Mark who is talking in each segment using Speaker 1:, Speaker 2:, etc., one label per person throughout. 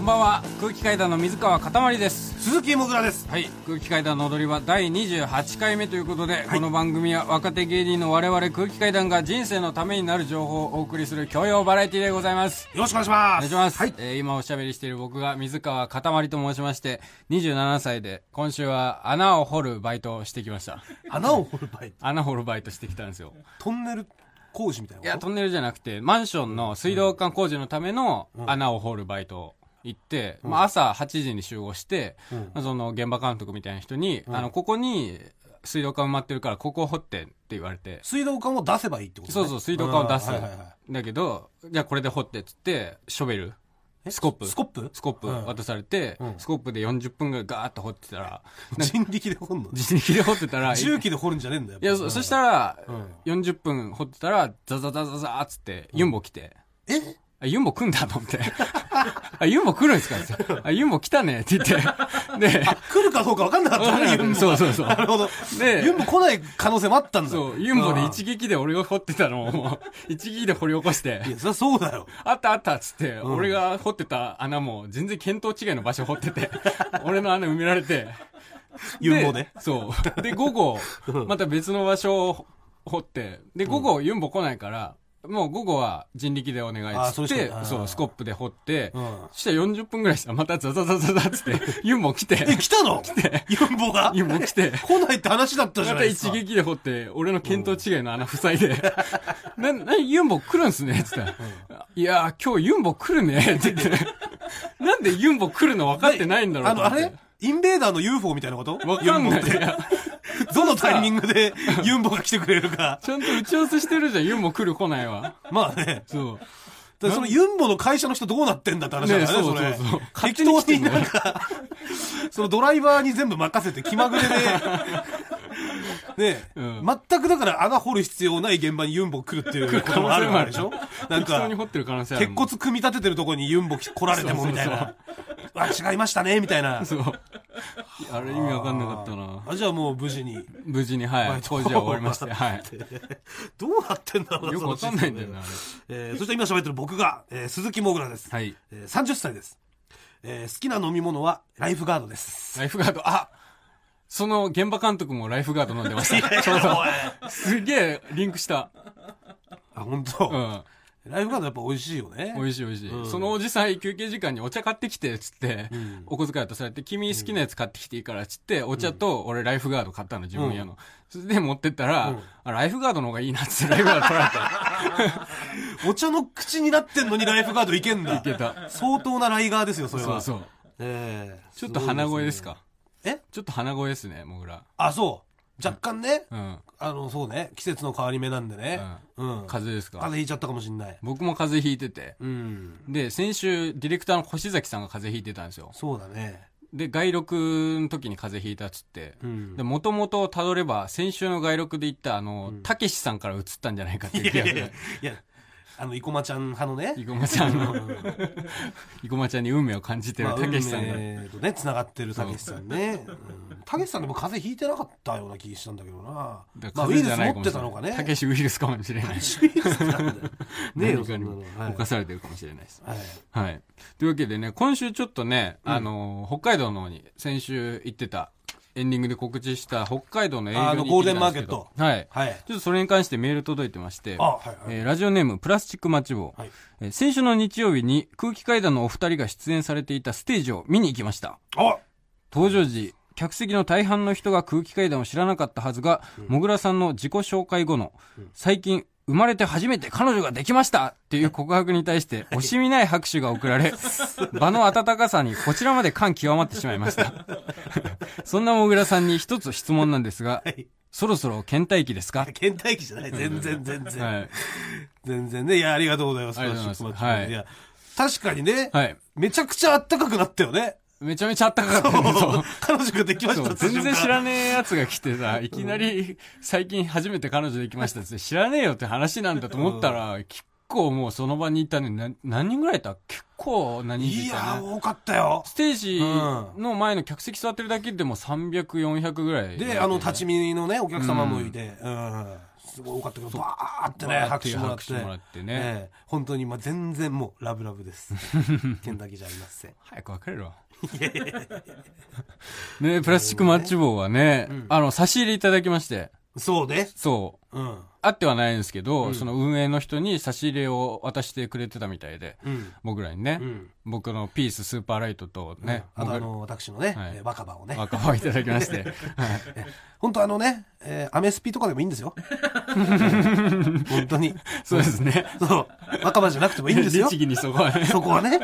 Speaker 1: んばんは空気階段の水川かたまりです
Speaker 2: 鈴木もぐらです
Speaker 1: はい空気階段の踊り場第28回目ということで、この番組は若手芸人の我々空気階段が人生のためになる情報をお送りする教養バラエティでございます
Speaker 2: よろしくお願いしま
Speaker 1: お願い
Speaker 2: す
Speaker 1: します、
Speaker 2: はい
Speaker 1: えー今おしゃべりしている僕が水川かたまりと申しまして27歳で今週は穴を掘るバイトをしてきました
Speaker 2: 穴を掘る場合
Speaker 1: 穴掘るバイトしてきたんですよ
Speaker 2: トンネル工事みたいないい
Speaker 1: や、トンネルじゃなくて、マンションの水道管工事のための穴を掘るバイト行って、まあ朝8時に集合して、まあその現場監督みたいな人に、あの、ここに水道管埋まってるから、ここを掘ってって言われて、
Speaker 2: 水道管を出せばいいってことね
Speaker 1: そうそう、水道管を出す
Speaker 2: あーはいはいはい。
Speaker 1: だけど、じゃあこれで掘ってっつって、ショベル、スコップ。
Speaker 2: スコップ
Speaker 1: スコップ
Speaker 2: うん
Speaker 1: 渡されて、
Speaker 2: ん
Speaker 1: スコップで40分ぐらいガーッと掘ってたら、なんか
Speaker 2: 人力で掘るの
Speaker 1: 自力で掘ってたら、
Speaker 2: 重機で掘るんじゃねえんだよ
Speaker 1: いや、そそしたら、
Speaker 2: う
Speaker 1: 40分掘ってたら、ザザザザザーっつって、ユンボ来て、
Speaker 2: え
Speaker 1: あ、ユンボ来んだと思って。 あ、ユンボ来るんですかってあ、ユンボ来たねって言って。で、
Speaker 2: 来るかどうか分かんなかったねユンボ
Speaker 1: そうそうそう
Speaker 2: な。るほど
Speaker 1: で
Speaker 2: ユンボ来ない可能性もあったんだ
Speaker 1: そう、ユンボで
Speaker 2: あー
Speaker 1: 一撃で俺が掘ってたのをもう、一撃で掘り起こして
Speaker 2: い、やそりゃそうだよ
Speaker 1: あったあったっつって、俺が掘ってた穴も全然見当違いの場所掘ってて、俺の穴埋められて。
Speaker 2: ユンボね
Speaker 1: そう。で、午後、また別の場所を掘って、で、午後、ユンボ来ないから、もう午後は人力でお願いっ
Speaker 2: あーそ
Speaker 1: つっ
Speaker 2: れしてかない、
Speaker 1: そうう、
Speaker 2: ん
Speaker 1: スコップで掘って
Speaker 2: うん、
Speaker 1: そしたら40分ぐらいしたらまたザザザザザっ つって、ユンボ来て
Speaker 2: え、来たのユンボが
Speaker 1: ユンボ来て、
Speaker 2: 来ないって話だったじゃ
Speaker 1: ま
Speaker 2: な
Speaker 1: た
Speaker 2: いですか
Speaker 1: 一撃で掘って、俺の見当違いの穴塞い で、な、な、ユンボ来るんすねつって言ったら、いやー、今日ユンボ来るねって言って、なんでユンボ来るの分かってないんだろ
Speaker 2: あ
Speaker 1: うと
Speaker 2: の
Speaker 1: 思
Speaker 2: あ
Speaker 1: って。
Speaker 2: れインベーダーの UFO みたいなこと
Speaker 1: 分かんない
Speaker 2: ユンボって
Speaker 1: いや
Speaker 2: どのタイミングでユンボが来てくれるか
Speaker 1: ちゃんと打ち合わせしてるじゃん、ユンボ来る来ないは。
Speaker 2: まあね
Speaker 1: そう。
Speaker 2: だからそのユンボの会社の人どうなってんだって話だから
Speaker 1: ね
Speaker 2: ね、
Speaker 1: え
Speaker 2: それ。
Speaker 1: そうそうそう
Speaker 2: 適当になんか、そのドライバーに全部任せて気まぐれで、ねえ、
Speaker 1: うん
Speaker 2: 全くだから穴掘る必要ない現場にユンボ来るっていうこともあるわけでしょなん
Speaker 1: 適当
Speaker 2: か
Speaker 1: に、掘ってる可能性ある
Speaker 2: 鉄
Speaker 1: もん。
Speaker 2: 骨組み立ててるとこにユンボ来られてもみたいな。あ、違いましたね、みたいな。
Speaker 1: そう。いやあれ意味わかんなかったな。
Speaker 2: あじゃあもう無事に。
Speaker 1: 無事に、
Speaker 2: バ
Speaker 1: は
Speaker 2: イ
Speaker 1: い、
Speaker 2: ト
Speaker 1: 工事は終わりまして、はい。
Speaker 2: どうなってんだろうな、
Speaker 1: よくわかんないんだよ
Speaker 2: そのシステ
Speaker 1: な、あ
Speaker 2: ム
Speaker 1: れ。
Speaker 2: えーそして今喋ってる僕が、えー鈴木もぐらです。
Speaker 1: はい。
Speaker 2: えー30歳です、えー好きな飲み物はライフガードです
Speaker 1: ライフガード、あその現場監督もライフガード飲んでました。ち ょう
Speaker 2: おい
Speaker 1: ど。 すげえ、リンクした。
Speaker 2: あ本当、
Speaker 1: うん。
Speaker 2: ライフガードやっぱ美味しいよね
Speaker 1: 美味しい美味しい。そのおじさん休憩時間にお茶買ってきて、つって、お小遣いとされて、君好きなやつ買ってきていいから、つって、お茶と俺ライフガード買ったの、自分家の。それで持ってったら、あ、ライフガードの方がいいなっつって、ライフガード取られた。
Speaker 2: お茶の口になってんのにライフガードいけんだ
Speaker 1: いけた
Speaker 2: 相当なライガーです よそれ
Speaker 1: そう
Speaker 2: は
Speaker 1: そう。
Speaker 2: えー
Speaker 1: ちょっと鼻声です
Speaker 2: ごい
Speaker 1: か
Speaker 2: ですねえ
Speaker 1: ちょっと鼻声ですね、もぐら。
Speaker 2: あそう若干ね、
Speaker 1: うん。
Speaker 2: あのそうね季節の変わり目なんでねうん、風
Speaker 1: 風邪ですか
Speaker 2: 邪ひいちゃったかもしんない
Speaker 1: 僕も風邪ひいてて。
Speaker 2: うん
Speaker 1: で、先週、ディレクターの星崎さんが風邪ひいてたんですよ。
Speaker 2: そうだね
Speaker 1: で、外録の時に風邪ひいたっつって。
Speaker 2: うん
Speaker 1: で、もともとたどれば、先週の外録で言った、あの、たけしさんから移ったんじゃないかって
Speaker 2: い
Speaker 1: いう
Speaker 2: やい
Speaker 1: 気
Speaker 2: や
Speaker 1: がす
Speaker 2: いや
Speaker 1: る
Speaker 2: い。やあの生駒ちゃん派のね
Speaker 1: 生駒ちゃんの、生駒ちゃんに運命を感じてる
Speaker 2: まあ
Speaker 1: たけしさんが。
Speaker 2: 運命とね、繋がってるたけしさんね。うんたけしさんでも風邪ひいてなかったような気したんだけどな。
Speaker 1: だ
Speaker 2: ま
Speaker 1: か
Speaker 2: あ、
Speaker 1: ら
Speaker 2: ウ
Speaker 1: 風
Speaker 2: イ
Speaker 1: 邪
Speaker 2: ル
Speaker 1: じゃ
Speaker 2: ス
Speaker 1: な
Speaker 2: 持
Speaker 1: いか
Speaker 2: っ
Speaker 1: も
Speaker 2: て
Speaker 1: したれ
Speaker 2: の
Speaker 1: な
Speaker 2: か
Speaker 1: い
Speaker 2: ね。
Speaker 1: たけしウイルスかもしれない。
Speaker 2: ウイルスなんだよねえよ、
Speaker 1: 何
Speaker 2: そ
Speaker 1: か
Speaker 2: ん
Speaker 1: に
Speaker 2: な
Speaker 1: も
Speaker 2: の。はい
Speaker 1: 侵されてるかもしれないです。
Speaker 2: はい
Speaker 1: はい。というわけでね、今週ちょっとね、あの、北海道の方に先週行ってた、エンディングで告知した北海道の営業に行
Speaker 2: あ
Speaker 1: って
Speaker 2: の
Speaker 1: きたんですけど。
Speaker 2: ゴールデンマーケット
Speaker 1: はい。
Speaker 2: はい。
Speaker 1: ちょっとそれに関してメール届いてまして、
Speaker 2: あ、はいはい。
Speaker 1: えーラジオネームプラスチックマッチ棒、
Speaker 2: はい
Speaker 1: えー先週の日曜日に空気階段のお二人が出演されていたステージを見に行きました。
Speaker 2: あ
Speaker 1: 登場時、客席の大半の人が空気階段を知らなかったはずが、もぐらさんの自己紹介後の、最近、生まれて初めて彼女ができましたっていう告白に対して、惜しみない拍手が送 られ、場の温かさにこちらまで感極まってしまいました。 そんなもぐらさんに一つ質問なんですが、
Speaker 2: はい
Speaker 1: そろそろ倦怠期ですか
Speaker 2: 倦怠期じゃない。全然、全
Speaker 1: は
Speaker 2: 然。
Speaker 1: い。
Speaker 2: 全然ね。いや、ありがとうございます。
Speaker 1: ありがとうございます
Speaker 2: はいや、確かにね、
Speaker 1: はい。
Speaker 2: めちゃくちゃあったかくなったよね。
Speaker 1: めちゃめちゃあったかかったんですよ。
Speaker 2: 彼女ができま し
Speaker 1: そ
Speaker 2: た
Speaker 1: う
Speaker 2: って瞬間
Speaker 1: 全然知らねえやつが来てさ、いきなり最近初めて彼女できましたっつって知らねえよって話なんだと思ったら、結構もうその場にいたね、な何人ぐらいいた結構何人
Speaker 2: い
Speaker 1: いた
Speaker 2: や、
Speaker 1: ね。
Speaker 2: 多かったよ。
Speaker 1: ステージの前の客席座ってるだけでも300、400ぐらい。
Speaker 2: で、あの、立ち見のね、お客様もいて、うん。すごい多かったけどバーってね
Speaker 1: バー
Speaker 2: 拍手もらって
Speaker 1: 拍手もらってね
Speaker 2: ええ本当に今全然もうラブラブです 剣だけじゃありません
Speaker 1: 早く別れろ。ねプラスチックマッチ棒はね、あの、差し入れいただきまして、
Speaker 2: そうね
Speaker 1: そう。
Speaker 2: うん
Speaker 1: あってはないんですけど、その運営の人に差し入れを渡してくれてたみたいで、
Speaker 2: うん
Speaker 1: 僕らにね、
Speaker 2: うん
Speaker 1: 僕のピーススーパーライトとね、
Speaker 2: あと
Speaker 1: 僕
Speaker 2: あの私のね、
Speaker 1: はい
Speaker 2: えー若葉をね
Speaker 1: 若葉をいただきまして、はい
Speaker 2: 本当あのね、えーアメスピとかでもいいん ですよ本当に
Speaker 1: そうですね。
Speaker 2: そう若葉じゃなくてもいいんで すよ
Speaker 1: 律儀にそこは ね。
Speaker 2: そこ はね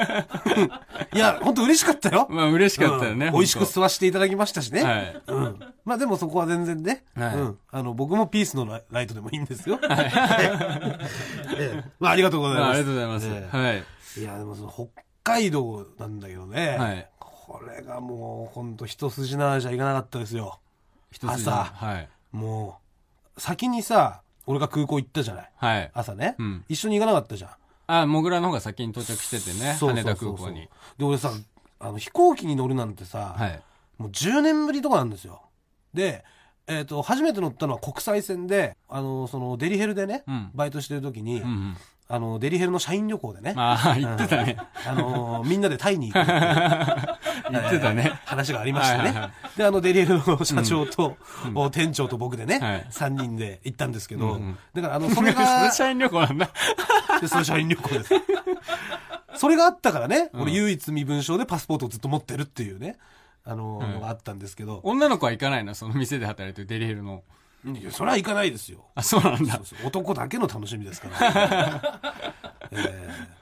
Speaker 2: いや本当嬉しかったよ
Speaker 1: まあ嬉しかったよね。
Speaker 2: うん美味しく
Speaker 1: 本
Speaker 2: 吸わせていただきましたしね、
Speaker 1: 当はい。
Speaker 2: うん、まあでもそこは全然ね、
Speaker 1: はい
Speaker 2: うん、あの僕もピースのラライトでもいいんですよ、 ええまあ、ありがとうござい
Speaker 1: まあ
Speaker 2: ます
Speaker 1: ありがとうございます。
Speaker 2: え
Speaker 1: はい。
Speaker 2: えいやでもその北海道なんだけどね、
Speaker 1: はい
Speaker 2: これがもう本当一筋縄じゃいかなかったですよ
Speaker 1: 一つに
Speaker 2: 朝
Speaker 1: はい。
Speaker 2: もう先にさ俺が空港行ったじゃない
Speaker 1: はい。
Speaker 2: 朝ね、
Speaker 1: うん
Speaker 2: 一緒に行かなかったじゃん
Speaker 1: あ、モグラの方が先に到着しててね、
Speaker 2: そうそう
Speaker 1: 羽
Speaker 2: そう
Speaker 1: 田
Speaker 2: そ
Speaker 1: 空
Speaker 2: う
Speaker 1: 港に。
Speaker 2: で俺さあの飛行機に乗るなんてさ、
Speaker 1: はい。
Speaker 2: もう10年ぶりとかなんですよで、えー、と初めて乗ったのは国際線であのそのデリヘルでね、
Speaker 1: うん
Speaker 2: バイトしてる時に、
Speaker 1: うんうん。
Speaker 2: あのデリヘルの社員旅行でね、
Speaker 1: ああ、言ってたね。
Speaker 2: あのみんなでタイに行くっていう
Speaker 1: 言ってたね。
Speaker 2: 話がありました
Speaker 1: は
Speaker 2: ね、
Speaker 1: いはいは
Speaker 2: であのデリヘルの社長と、お店長と僕でね、
Speaker 1: はい
Speaker 2: 3人で行ったんですけ
Speaker 1: うん
Speaker 2: ど、
Speaker 1: うん
Speaker 2: だからあ の
Speaker 1: そ
Speaker 2: そ
Speaker 1: れ
Speaker 2: れ
Speaker 1: が
Speaker 2: が
Speaker 1: 社員旅行なんだ。
Speaker 2: で その社員旅行ですそれがあったからね、俺唯一身分証でパスポートをずっと持ってるっていうねあの、
Speaker 1: うん
Speaker 2: のがあったんですけど、
Speaker 1: 女の子は行かないの、その店で働いてるデリヘルの。
Speaker 2: いやそれは行かないです よ
Speaker 1: あ、そうなんだ
Speaker 2: そう。そう男だけの楽しみですから、 えー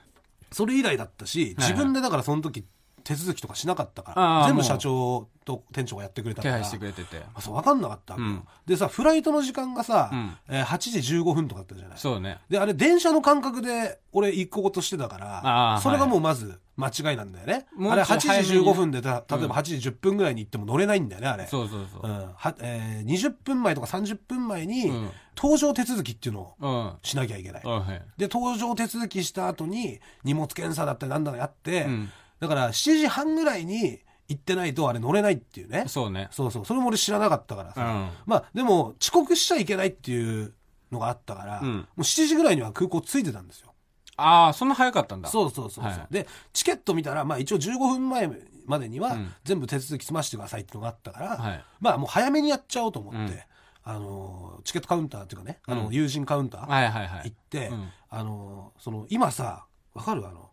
Speaker 2: それ以来だったし
Speaker 1: はいはい
Speaker 2: 自分でだからその時手続きとかしなかったか
Speaker 1: あ
Speaker 2: ら
Speaker 1: ー
Speaker 2: 全
Speaker 1: も
Speaker 2: 部
Speaker 1: う
Speaker 2: 社長と店長がやってくれた
Speaker 1: 手
Speaker 2: から
Speaker 1: 配してくれてて。
Speaker 2: あそう分かんなかったわけよ、
Speaker 1: うん
Speaker 2: でさフライトの時間がさ、
Speaker 1: うん
Speaker 2: えー8時15分とかだったじゃない
Speaker 1: そうね。
Speaker 2: であれ電車の間隔で俺行こうとしてたか
Speaker 1: あ
Speaker 2: ら
Speaker 1: ー
Speaker 2: それがもうまず間違いなんだよね
Speaker 1: もう
Speaker 2: あれ
Speaker 1: ちょ
Speaker 2: 8
Speaker 1: っと早め
Speaker 2: 時
Speaker 1: に
Speaker 2: 15分でた例え
Speaker 1: うん
Speaker 2: ば8時10分ぐらいに行っても乗れないんだよねあれ
Speaker 1: そうそうそうう。
Speaker 2: んはえー、20分前とか30分前に、
Speaker 1: うん
Speaker 2: 搭乗手続きっていうのを
Speaker 1: うん。は
Speaker 2: しなきゃいけない。
Speaker 1: い。
Speaker 2: で、搭乗手続きした後に荷物検査だったりなんだのやって、
Speaker 1: うん
Speaker 2: だから7時半ぐらいに行ってないとあれ乗れないっていうね。
Speaker 1: そうね。
Speaker 2: そうそう。それも俺知らなかったから
Speaker 1: う
Speaker 2: さ。
Speaker 1: ん。
Speaker 2: まあでも遅刻しちゃいけないっていうのがあったから、
Speaker 1: うん
Speaker 2: もう7時ぐらいには空港着いてたんですよ。
Speaker 1: ああ、そんな早かったんだ。う。
Speaker 2: そうそうそうそう、
Speaker 1: はい
Speaker 2: で、チケット見たら、まあ一応15分前までには
Speaker 1: うん
Speaker 2: 全部手続き済ましてくださいっていうのがあったから、
Speaker 1: はい。
Speaker 2: まあもう早めにやっちゃおうと思って、
Speaker 1: うん
Speaker 2: あのーチケットカウンターっていうかね、あの
Speaker 1: うん
Speaker 2: 友人カウンター
Speaker 1: はいはいは
Speaker 2: 行っ
Speaker 1: い。
Speaker 2: て、
Speaker 1: うん
Speaker 2: あのーその今さわかるあの、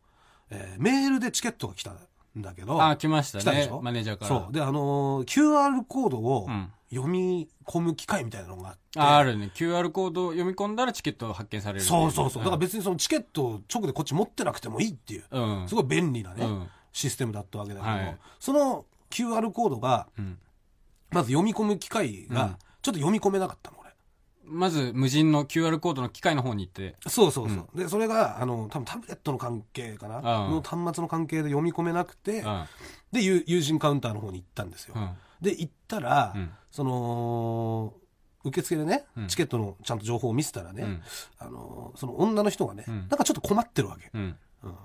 Speaker 2: えーメールでチケットが来たんだけど
Speaker 1: ああ、来ました
Speaker 2: 来たで
Speaker 1: ね
Speaker 2: しょ。
Speaker 1: マネージャーから。
Speaker 2: そうであのー QR コードを
Speaker 1: うん
Speaker 2: 読み込む機械みたいなのがあって、
Speaker 1: ああるね QR コードを読み込んだらチケットを発見される
Speaker 2: そうそうそうだから
Speaker 1: 別
Speaker 2: 別にそのチケットを直でこっち持ってなくてもいいっていう、
Speaker 1: うん
Speaker 2: すごい便利なね、
Speaker 1: うん
Speaker 2: システムだったわけだけど、
Speaker 1: はい
Speaker 2: その QR コードが
Speaker 1: うん
Speaker 2: まず読み込む機械
Speaker 1: うん
Speaker 2: がちょっと読み込めなかったの俺。
Speaker 1: まず無人の QR コードの機械の方に行って
Speaker 2: そうそうそう、でそれがあの多分タブレットの関係かな、
Speaker 1: うん
Speaker 2: の端末の関係で読み込めなくて、
Speaker 1: うん
Speaker 2: で友友人カウンターの方に行ったんですよ、
Speaker 1: うん
Speaker 2: で行ったら、
Speaker 1: うん
Speaker 2: その受付でね、
Speaker 1: うん
Speaker 2: チケットのちゃんと情報を見せたらね、
Speaker 1: うん
Speaker 2: あのーその女の人がね、
Speaker 1: うん
Speaker 2: なんかちょっと困ってるわけ、
Speaker 1: うん
Speaker 2: うん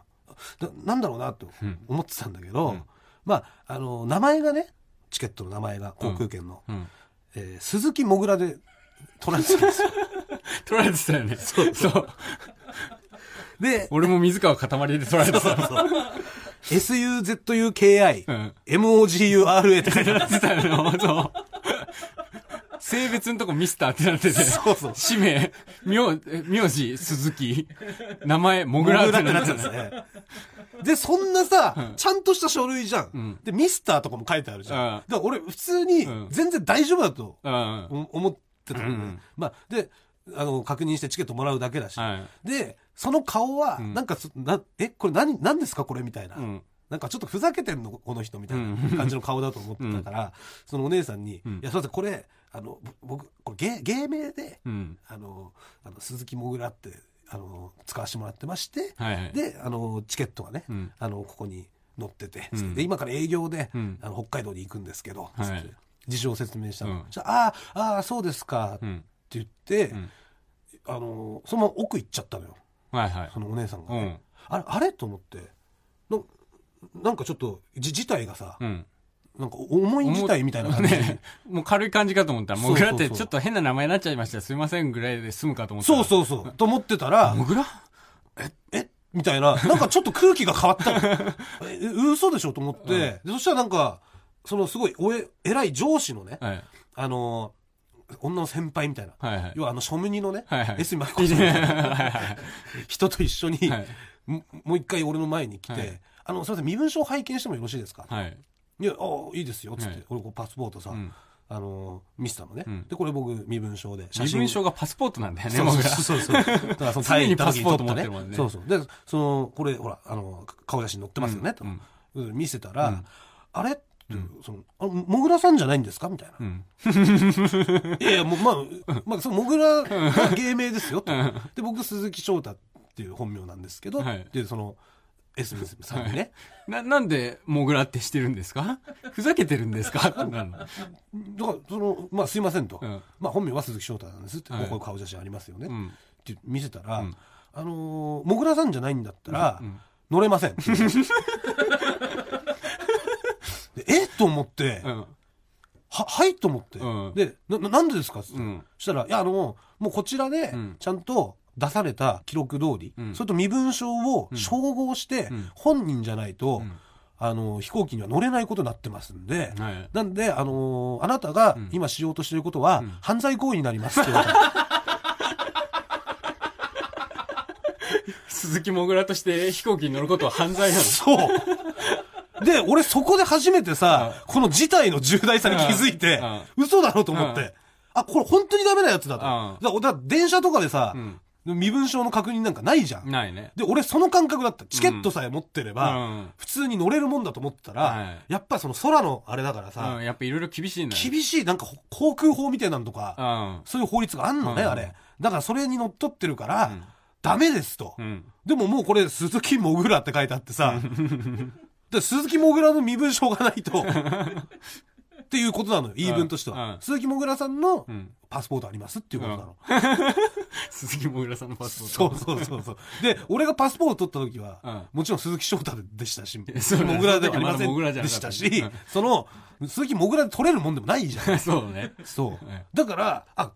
Speaker 2: だなんだろうなと
Speaker 1: うん
Speaker 2: 思ってたんだけど、
Speaker 1: うん
Speaker 2: まああのー名前がねチケットの名前が航空券の、
Speaker 1: うん
Speaker 2: えー鈴木もぐらで取られてたん ですよ
Speaker 1: 取られてたよねそう
Speaker 2: で
Speaker 1: 俺も水川かたまりで取られてた
Speaker 2: SUZUKI
Speaker 1: うん
Speaker 2: MOGURA って書いてあ
Speaker 1: 取ら
Speaker 2: る。
Speaker 1: れてたよねそう性別のとこミスターってなってて
Speaker 2: そうそう。
Speaker 1: 氏名名え名字鈴木名前モ
Speaker 2: モグ
Speaker 1: グラ
Speaker 2: ラ
Speaker 1: っ
Speaker 2: ってて
Speaker 1: な
Speaker 2: な
Speaker 1: っ
Speaker 2: ってて
Speaker 1: た
Speaker 2: ますね。で、そんなさ、ちゃんとした書類じゃん。で、ミスターとかも書いてあるじゃん。
Speaker 1: うん
Speaker 2: だから俺、普通に
Speaker 1: うん、
Speaker 2: 全然大丈夫だと
Speaker 1: うん
Speaker 2: お思ってたのね、
Speaker 1: うん
Speaker 2: まあ、で、あの、確認してチケットもらうだけだし。
Speaker 1: は
Speaker 2: で、その顔は、
Speaker 1: ん
Speaker 2: なんかそ、な、え、これ何、何ですかこれみたいな。
Speaker 1: いうん
Speaker 2: なんかちょっとふざけてんのこの人みたいな感じの顔だと思ってたから、そのお姉さんに、
Speaker 1: うん
Speaker 2: いや、すいません、これ、あの、ぼ僕、これ芸、芸名で、
Speaker 1: うん
Speaker 2: あの、あの鈴木もぐらって、あの、使わせてもらってまして、
Speaker 1: はいはい
Speaker 2: で、あの、チケットがね、
Speaker 1: うん
Speaker 2: あの、ここに載ってて、
Speaker 1: うん
Speaker 2: で、今から営業で、
Speaker 1: うん
Speaker 2: あの北海道に行くんですけど、
Speaker 1: はい
Speaker 2: つって事情を説明したの。
Speaker 1: うん
Speaker 2: じゃあ、ああ、ああ、そうですか、
Speaker 1: う
Speaker 2: って
Speaker 1: ん
Speaker 2: 言って、
Speaker 1: うん
Speaker 2: あの、そのまま奥行っちゃったのよ、
Speaker 1: はいはい
Speaker 2: そのお姉さんが、
Speaker 1: う
Speaker 2: ね
Speaker 1: ん
Speaker 2: あれ、あれと思って、ななんかちょっと、じ事態がさ、
Speaker 1: うん
Speaker 2: なんか重い事態みたいな感じ、
Speaker 1: ね、もう軽い感じかと思ったら、
Speaker 2: そうそ
Speaker 1: モ
Speaker 2: う
Speaker 1: グ
Speaker 2: そう
Speaker 1: ラってちょっと変な名前になっちゃいました。すいませんぐらいで済むかと思ったら。
Speaker 2: そうそうそう。と思ってたら、
Speaker 1: モグラ
Speaker 2: えみたいな、なんかちょっと空気が変わっ たのえ嘘でしょと思って、でそしたらなんか、そのすごいおえ偉い上司のね、
Speaker 1: はい。
Speaker 2: あのー女の先輩みたいな、
Speaker 1: はいはい。
Speaker 2: 要はあの、庶務人のね、
Speaker 1: はいはい。
Speaker 2: S マコさん
Speaker 1: はい
Speaker 2: み
Speaker 1: は
Speaker 2: たいない人と一緒に、
Speaker 1: はい。
Speaker 2: ももう一回俺の前に来て、
Speaker 1: はい
Speaker 2: あの、すみません、身分証拝見してもよろしいですか、
Speaker 1: はい。
Speaker 2: い、や、ああ、いいですよ、つって、
Speaker 1: はい
Speaker 2: 俺こうパスポートさ、
Speaker 1: うん
Speaker 2: あのー見せたのね、
Speaker 1: うん
Speaker 2: で、これ僕、身分証で、
Speaker 1: 身分証がパスポートなんだよね、
Speaker 2: そう
Speaker 1: モグラ。
Speaker 2: そうそうそう。だからそ
Speaker 1: 常
Speaker 2: の
Speaker 1: に
Speaker 2: タイ行った時撮
Speaker 1: パスポート持ってるもんね
Speaker 2: そうそう。で、その、これ、ほら、あの、顔写真載ってますよね、と
Speaker 1: う。ん
Speaker 2: 見せたら、
Speaker 1: うん
Speaker 2: あれ
Speaker 1: うん
Speaker 2: そのあもぐらさんじゃないんですかみたいな。
Speaker 1: うん。
Speaker 2: いやいや、もう、まあ、まあ、その、もぐらが芸名ですよ、と
Speaker 1: う。ん
Speaker 2: で、僕、鈴木翔太っていう本名なんですけど、
Speaker 1: はい
Speaker 2: で、その、S 娘さんにね、
Speaker 1: な、なんで、モグラってしてるんですかふざけてるんですかってなるの。
Speaker 2: だから、その、まあ、すいませんと。
Speaker 1: うん
Speaker 2: まあ、本名は鈴木翔太なんですって、
Speaker 1: はい
Speaker 2: こういう顔写真ありますよね、
Speaker 1: う
Speaker 2: っ
Speaker 1: ん。
Speaker 2: て見せたら、
Speaker 1: うん
Speaker 2: あのー、もぐらさんじゃないんだったら、
Speaker 1: うん
Speaker 2: 乗れ ません。でえっと思って、
Speaker 1: う
Speaker 2: は、
Speaker 1: ん。
Speaker 2: はいと思って。
Speaker 1: うん
Speaker 2: で、な、ななんでですかっつっ
Speaker 1: う
Speaker 2: て。
Speaker 1: ん
Speaker 2: そしたら、いや、あの、もうこちらで
Speaker 1: うん、
Speaker 2: ちゃんと出された記録通り、
Speaker 1: うん
Speaker 2: それと身分証を照合して、
Speaker 1: うん
Speaker 2: 本人じゃないと、
Speaker 1: うん
Speaker 2: あの、飛行機には乗れないことになってますんで、
Speaker 1: はい。
Speaker 2: なんで、あのーあなたが
Speaker 1: うん
Speaker 2: 今しようとしていることは、
Speaker 1: うん
Speaker 2: 犯罪行為になりますって言われた
Speaker 1: 鈴木もぐらとして飛行機に乗ることは犯罪な の。
Speaker 2: そうで、俺そこで初めてさ、この事態の重大さに気づいて、嘘だろと思って、
Speaker 1: うん
Speaker 2: あ、これ本当にダメなやつだと。
Speaker 1: う
Speaker 2: だだ電車とかでさ
Speaker 1: う、ん。
Speaker 2: 身分証の確認なんかないじゃん。
Speaker 1: ないね。
Speaker 2: で、俺その感覚だった。チケットさえ持ってれ
Speaker 1: う
Speaker 2: ば、
Speaker 1: ん。
Speaker 2: 普通に乗れるもんだと思ってたら、
Speaker 1: はい
Speaker 2: やっぱその空のあれだからさ、
Speaker 1: うん。やっぱいろいろ厳しいんだね。
Speaker 2: 厳しいなんかほ航空法みたいなのとか、
Speaker 1: うん。
Speaker 2: そういう法律があんのね、
Speaker 1: うん
Speaker 2: あれ。だからそれにのっとってるから、
Speaker 1: うん
Speaker 2: ダメですと。
Speaker 1: うん。
Speaker 2: でももうこれ、鈴木もぐらって書いてあっ てさ、で鈴木もぐらの身分証がないと、っていうことなのよ、言い分として
Speaker 1: う
Speaker 2: は
Speaker 1: ん。
Speaker 2: 鈴木もぐらさんの
Speaker 1: うん。
Speaker 2: パスポートありますっていうことなの。
Speaker 1: 鈴木もぐらさんのパスポー
Speaker 2: そ
Speaker 1: ト。
Speaker 2: うそうそうそう。で、俺がパスポート取った時は、
Speaker 1: うん
Speaker 2: もちろん鈴木翔太でしたし、も
Speaker 1: そうだね
Speaker 2: ぐらではありませ
Speaker 1: まだもぐら
Speaker 2: ん
Speaker 1: じゃ
Speaker 2: で
Speaker 1: なか
Speaker 2: し
Speaker 1: った
Speaker 2: た
Speaker 1: ね
Speaker 2: し、その、鈴木もぐらで取れるもんでもないじゃん。
Speaker 1: う。 そうね。
Speaker 2: そう
Speaker 1: はい。
Speaker 2: だから、あ、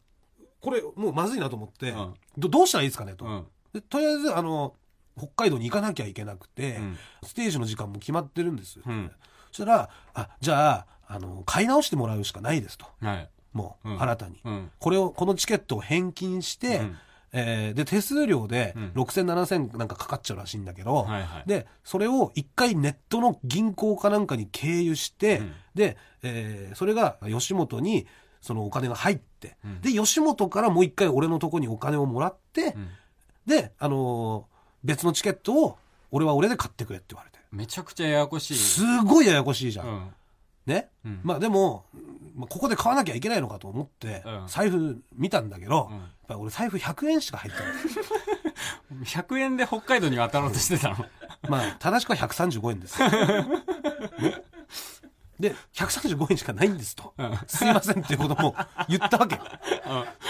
Speaker 2: これもうまずいなと思って、
Speaker 1: うん
Speaker 2: どどうしたらいいですかねと
Speaker 1: う。ん。
Speaker 2: でとりあえず、あの、北海道に行かなきゃいけなくて、
Speaker 1: うん
Speaker 2: ステージの時間も決まってるんですよ。
Speaker 1: うん
Speaker 2: そしたら、あ、じゃあ、あの、買い直してもらうしかないですと。
Speaker 1: はい。
Speaker 2: もう、
Speaker 1: うん
Speaker 2: 新たに。
Speaker 1: うん。
Speaker 2: これを、このチケットを返金して、
Speaker 1: うん
Speaker 2: えーで、手数料で
Speaker 1: うん
Speaker 2: 6000、7000なんかかかっちゃうらしいんだけど、
Speaker 1: はいはい。
Speaker 2: で、それを一回ネットの銀行かなんかに経由して、
Speaker 1: うん
Speaker 2: で、えーそれが吉本にそのお金が入って、
Speaker 1: うん
Speaker 2: で、吉本からもう一回俺のとこにお金をもらって、
Speaker 1: うん
Speaker 2: で、あのー別のチケットを俺は俺で買ってくれって言われて。
Speaker 1: めちゃくちゃややこしい。
Speaker 2: すごいややこしいじゃん。
Speaker 1: うん。
Speaker 2: ね。
Speaker 1: うん
Speaker 2: まあでも、まあここで買わなきゃいけないのかと思って、
Speaker 1: うん
Speaker 2: 財布見たんだけど、
Speaker 1: うん
Speaker 2: やっぱり俺財布100円しか入ってな い。
Speaker 1: 100円で北海道に渡ろうとしてたの。
Speaker 2: まあ、正しくは135円です。ねで、135円しかないんですと。
Speaker 1: うん
Speaker 2: すいませんっていうことも言ったわけ。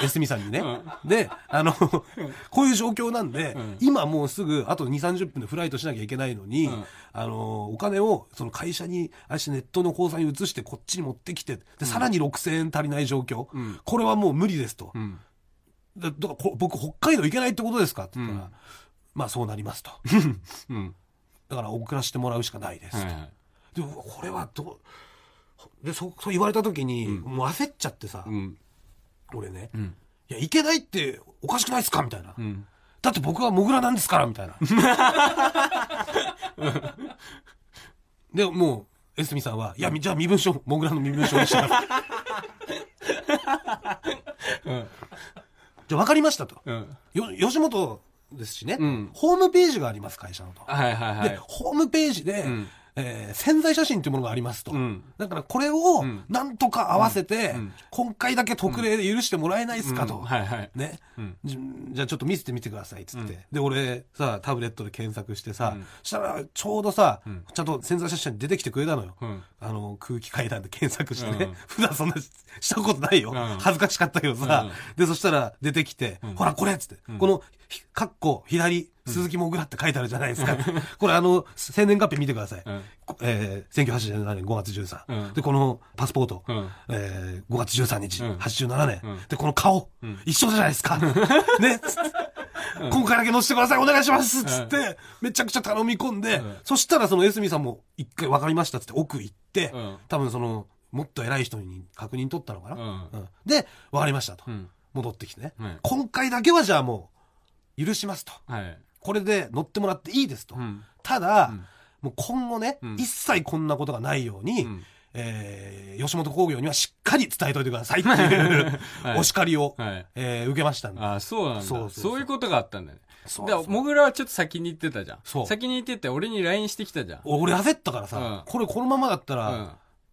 Speaker 2: エスミさんにね。で、あの、こういう状況なんで、
Speaker 1: ん
Speaker 2: 今もうすぐ、あと2、30分でフライトしなきゃいけないのに、
Speaker 1: うん
Speaker 2: あの、お金を、その会社に、あれしてネットの口座に移して、こっちに持ってきて、で、さらに6000円足りない状況。
Speaker 1: うん
Speaker 2: これはもう無理ですと。
Speaker 1: うん。
Speaker 2: だだからこ僕、北海道行けないってことですかって言ったら、
Speaker 1: うん
Speaker 2: まあ、そうなりま すと。
Speaker 1: うん。
Speaker 2: だから、送らせてもらうしかないですと。
Speaker 1: はいはい。
Speaker 2: でもこれはどうでそそう言われた時に、もう焦っちゃってさ、
Speaker 1: うん。
Speaker 2: 俺ね、
Speaker 1: うん。
Speaker 2: いやいけないっておかしくないですかみたいな、
Speaker 1: うん。
Speaker 2: だって僕はモグラなんですからみたいなでもうエスミさんは「いやみじゃあ身分証モグラの身分証にしたら」
Speaker 1: うん。
Speaker 2: じゃあ分かりました」と
Speaker 1: うん。
Speaker 2: 「よ吉本ですしね、
Speaker 1: うん
Speaker 2: ホームページがあります会社のと」
Speaker 1: はいはいは
Speaker 2: で
Speaker 1: い。
Speaker 2: ホームページで、
Speaker 1: ん
Speaker 2: えー潜在写真というものがありますと、
Speaker 1: うん
Speaker 2: だからこれを
Speaker 1: ん
Speaker 2: なんとか合わせて、
Speaker 1: ん
Speaker 2: 今回だけ特例で許してもらえないですかと、
Speaker 1: うんはいはい。
Speaker 2: ね
Speaker 1: うん
Speaker 2: じじゃあちょっと見せてみてくださいっつって、で俺さタブレットで検索してさ、
Speaker 1: うん
Speaker 2: したらちょうどさ、
Speaker 1: ん
Speaker 2: ちゃんと潜在写真出てきてくれたのよ、
Speaker 1: うん。
Speaker 2: あの空気階段で検索してね、
Speaker 1: うん
Speaker 2: 普段そんなししたことないよ、
Speaker 1: うん
Speaker 2: 恥ずかしかったけどさ、でそしたら出てきて、ほらこれっつって、このひかっこ、左、鈴木もぐらって書いてあるじゃないですか。これあの、生年月日見てください。
Speaker 1: うん
Speaker 2: こえー、1987年5月13、
Speaker 1: うん
Speaker 2: で、このパスポート、
Speaker 1: うん
Speaker 2: えー、5月13日、
Speaker 1: うん
Speaker 2: 87年、
Speaker 1: うん
Speaker 2: で、この顔、
Speaker 1: ん
Speaker 2: 一緒じゃないで すか。ね、つって今回だけ載せてください、お願いしますつって、めちゃくちゃ頼み込んで、
Speaker 1: うん
Speaker 2: そしたらそのエスミさんも一回分かりましたっつって奥行って、
Speaker 1: うん
Speaker 2: 多分その、もっと偉い人に確認取ったのかな。
Speaker 1: うん
Speaker 2: うんで、分かりましたと。
Speaker 1: うん
Speaker 2: 戻ってきてね、
Speaker 1: はい
Speaker 2: 今回だけはじゃあもう、許しますと。
Speaker 1: はい
Speaker 2: これで乗ってもらっていいですと。
Speaker 1: うん
Speaker 2: ただ、
Speaker 1: うん
Speaker 2: もう今後ね、
Speaker 1: うん
Speaker 2: 一切こんなことがないように、
Speaker 1: うん
Speaker 2: えー吉本興業にはしっかり伝えといてくださいっていう
Speaker 1: はい
Speaker 2: お叱りを、
Speaker 1: はい
Speaker 2: えー受けましたんで。
Speaker 1: ああそうなんだ
Speaker 2: そ
Speaker 1: そう
Speaker 2: そう
Speaker 1: う
Speaker 2: そう
Speaker 1: いうことがあったんだね
Speaker 2: そう
Speaker 1: だからもぐらはちょっと先に行ってたじゃん
Speaker 2: そう
Speaker 1: 先に行ってて俺に LINE してきたじゃん、
Speaker 2: 俺焦ったからさ、
Speaker 1: うん
Speaker 2: これこのままだったら、
Speaker 1: うん、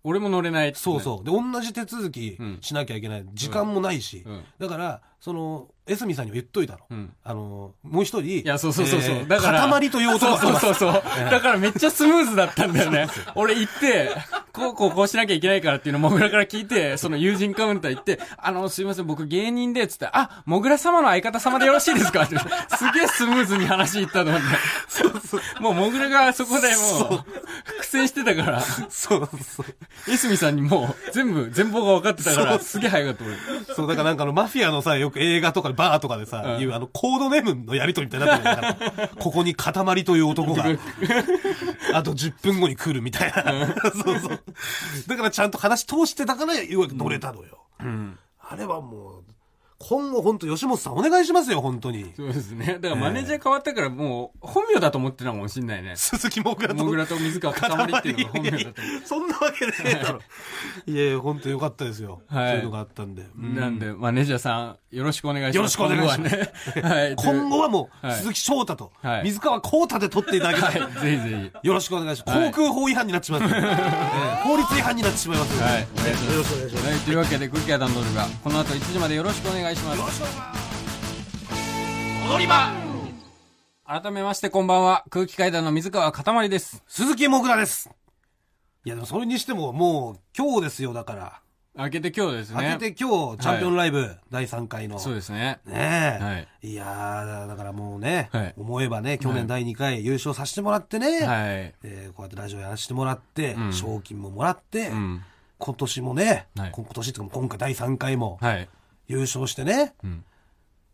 Speaker 1: 俺も乗れないってね
Speaker 2: そうそう。で、同じ手続き
Speaker 1: うん
Speaker 2: しなきゃいけない。時間もないし。
Speaker 1: うん
Speaker 2: だから、その、エスミさんにも言っといたの。
Speaker 1: うん
Speaker 2: あの、もう一人。い
Speaker 1: いや、そうそうそうそう。だから。
Speaker 2: 塊という男がい
Speaker 1: そう
Speaker 2: ます
Speaker 1: そうそう そう。だからめっちゃスムーズだったんだよね。俺行って、こうこうこうしなきゃいけないからっていうのをもぐらから聞いて、その友人カウンター行って、あの、すいません、僕芸人で、つって、あ、もぐら様の相方様でよろしいですかって。すげえスムーズに話行ったと思って。もうもぐらがそこでもう、苦戦してたから、
Speaker 2: そうそう。
Speaker 1: エスミさんにもう全部、全貌が分かってたから、すげえ早かった俺。
Speaker 2: そう、だからなんかあの、マフィアのさ、よく映画とかバーとかでさ、
Speaker 1: うん
Speaker 2: いうあの、コードネームのやりとりみたいになってる から、ここに塊という男が、 あと10分後に来るみたいな。そうそう。だからちゃんと話通してたから、ようやく乗れたのよ。
Speaker 1: うん。
Speaker 2: あれはもう、今後本当吉本さんお願いしますよ、本当に。
Speaker 1: そうですね。だからマネージャー変わったから、もう、本名だと思ってたのかもしんないね。
Speaker 2: 鈴木もぐらと。
Speaker 1: モグラと水川かたまりっていうのが本名だった。
Speaker 2: そんなわけねえだろ。いやいや、本当よかったですよ。
Speaker 1: はい
Speaker 2: そういうのがあったんで。うん
Speaker 1: なんで、マネージャーさん、よろしくお願いします。
Speaker 2: よろしくお願いします
Speaker 1: 今後はねはい。
Speaker 2: 今後はもう、
Speaker 1: はい
Speaker 2: 鈴木翔太と
Speaker 1: はい
Speaker 2: 水川幸太で撮っていただけた
Speaker 1: はい
Speaker 2: ら、、
Speaker 1: ぜひぜひ。
Speaker 2: よろしくお願いします。
Speaker 1: はい
Speaker 2: 航空法違反になってしまう、 えー法律違反になってしまいますので。
Speaker 1: はい、
Speaker 2: よ
Speaker 1: ありがとうござい
Speaker 2: ろ
Speaker 1: ま。
Speaker 2: しくお願いします。
Speaker 1: はい、というわけで、クッキーアダンドルが、この後1時までよろしくお願いします
Speaker 2: よ。ろしくお願いします。踊り場
Speaker 1: 改めまして、こんばんは。空気階段の水川かたまりです。
Speaker 2: 鈴木もぐらです。いや、でもそれにしても、もう、今日ですよ、だから。
Speaker 1: 明けて今日ですね。
Speaker 2: 明けて今日、チャンピオンライブ、第3回の。
Speaker 1: そうですね。
Speaker 2: ねえ。、
Speaker 1: はい
Speaker 2: やー、だからもうね、
Speaker 1: はい
Speaker 2: 思えばね、去年第2回優勝させてもらってね、
Speaker 1: はい。
Speaker 2: えーこうやってラジオやらせてもらって、
Speaker 1: うん
Speaker 2: 賞金ももらって、
Speaker 1: うん。
Speaker 2: 今年もね、
Speaker 1: はい
Speaker 2: こ今年っていうか今回第3回も
Speaker 1: はい。
Speaker 2: 優勝してね、
Speaker 1: うん。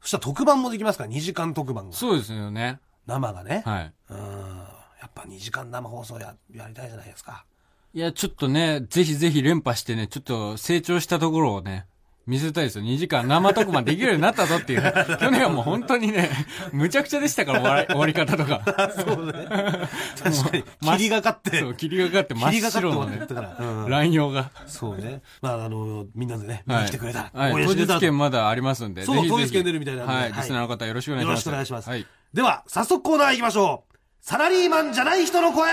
Speaker 2: そしたら特番もできますから、2時間特番が。
Speaker 1: そうですよね。
Speaker 2: 生がね。
Speaker 1: はい。
Speaker 2: うん。やっぱ2時間生放送ややりたいじゃないですか。
Speaker 1: いや、ちょっとね、ぜひぜひ連覇してね、ちょっと成長したところをね、見せたいですよ。2時間生特番できるようになったぞって いう。去年はもう本当にね、むちゃくちゃでしたから、終わり終わり方とか。
Speaker 2: そうね。確か に。霧がかって
Speaker 1: そ、う、霧がかって真
Speaker 2: 霧
Speaker 1: っ
Speaker 2: がかって
Speaker 1: 白
Speaker 2: 終わ
Speaker 1: の
Speaker 2: っ
Speaker 1: ね、
Speaker 2: たから。うん
Speaker 1: 乱用が。
Speaker 2: そうね。まあ、あの、みんなでね、見に来てくれたら、
Speaker 1: は
Speaker 2: 応
Speaker 1: い。
Speaker 2: 援
Speaker 1: 当
Speaker 2: してくれた
Speaker 1: 日
Speaker 2: ら
Speaker 1: 券まだありますんで。
Speaker 2: そう
Speaker 1: ぜひぜひ
Speaker 2: 当日券出るみたいなんで
Speaker 1: は
Speaker 2: はい
Speaker 1: い。リスナーの方よろしくお願いし
Speaker 2: よ
Speaker 1: ます。
Speaker 2: ろしくお願いします。
Speaker 1: はい。
Speaker 2: では、早速コーナー行きましょう。サラリーマンじゃない人の声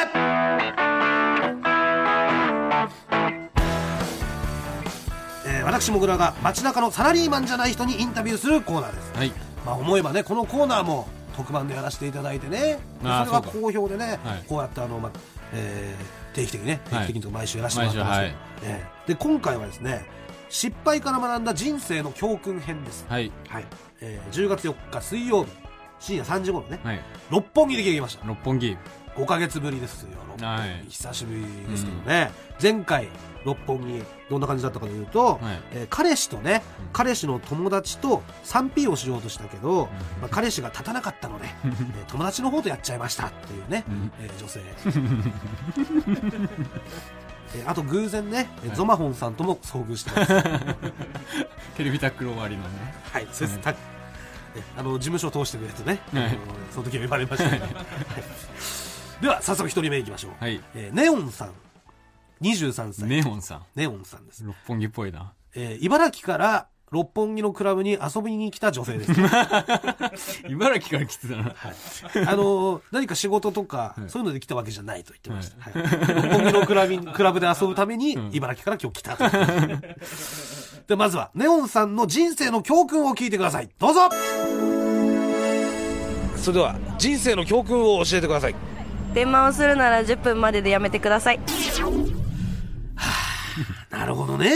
Speaker 2: えー私もぐらが街中のサラリーマンじゃない人にインタビューするコーナーです、
Speaker 1: はい。
Speaker 2: まあ、思えばねこのコーナーも特番でやらせていただいてねそれ
Speaker 1: あー
Speaker 2: が
Speaker 1: そう
Speaker 2: 好評でね、
Speaker 1: はい
Speaker 2: こうやってあの、まあえー定期的にね定
Speaker 1: はい
Speaker 2: 期的にとか毎週やらせてもらってますけど、
Speaker 1: 毎
Speaker 2: えーで今回はですね失敗から学んだ人生の教訓編です
Speaker 1: はい。
Speaker 2: はい、えー10月4日水曜日深夜3時頃ね、
Speaker 1: はい。
Speaker 2: 六本木で来ました
Speaker 1: 六本木。
Speaker 2: 5か月ぶりですよ六本
Speaker 1: はい
Speaker 2: 木。久しぶりですけどね、前回六本木どんな感じだったかというと、
Speaker 1: はい
Speaker 2: えー彼氏とね、
Speaker 1: うん
Speaker 2: 彼氏の友達と 3P をしようとしたけど、
Speaker 1: ん
Speaker 2: まあ、彼氏が立たなかったので、えー友達の方とやっちゃいましたっていうね、
Speaker 1: うん
Speaker 2: えー女性 えーあと偶然ね、えーゾマホンさんとも遭遇してます
Speaker 1: テレビタックル終わりのね。
Speaker 2: はい、そうです。たねあの事務所を通してくれてね、
Speaker 1: はい
Speaker 2: あのその時は呼ばれましたけど、はい では早速一人目いきましょう、
Speaker 1: はい。
Speaker 2: えーネオンさん23歳、
Speaker 1: ネオンさん。
Speaker 2: ネオンさんです、
Speaker 1: 六本木っぽいな。
Speaker 2: えー茨城から六本木のクラブに遊びに来た女性です、はい、
Speaker 1: 茨城から来てたな。
Speaker 2: あのー何か仕事とか、
Speaker 1: い
Speaker 2: そういうので来たわけじゃないと言ってました、はい六本木のクラブにクラブで遊ぶために、
Speaker 1: ん
Speaker 2: 茨城から今日来たと でまずはネオンさんの人生の教訓を聞いてくださいどうぞそれでは人生の教訓を教えてください
Speaker 3: 電話をするなら10分まででやめてください
Speaker 2: なるほどね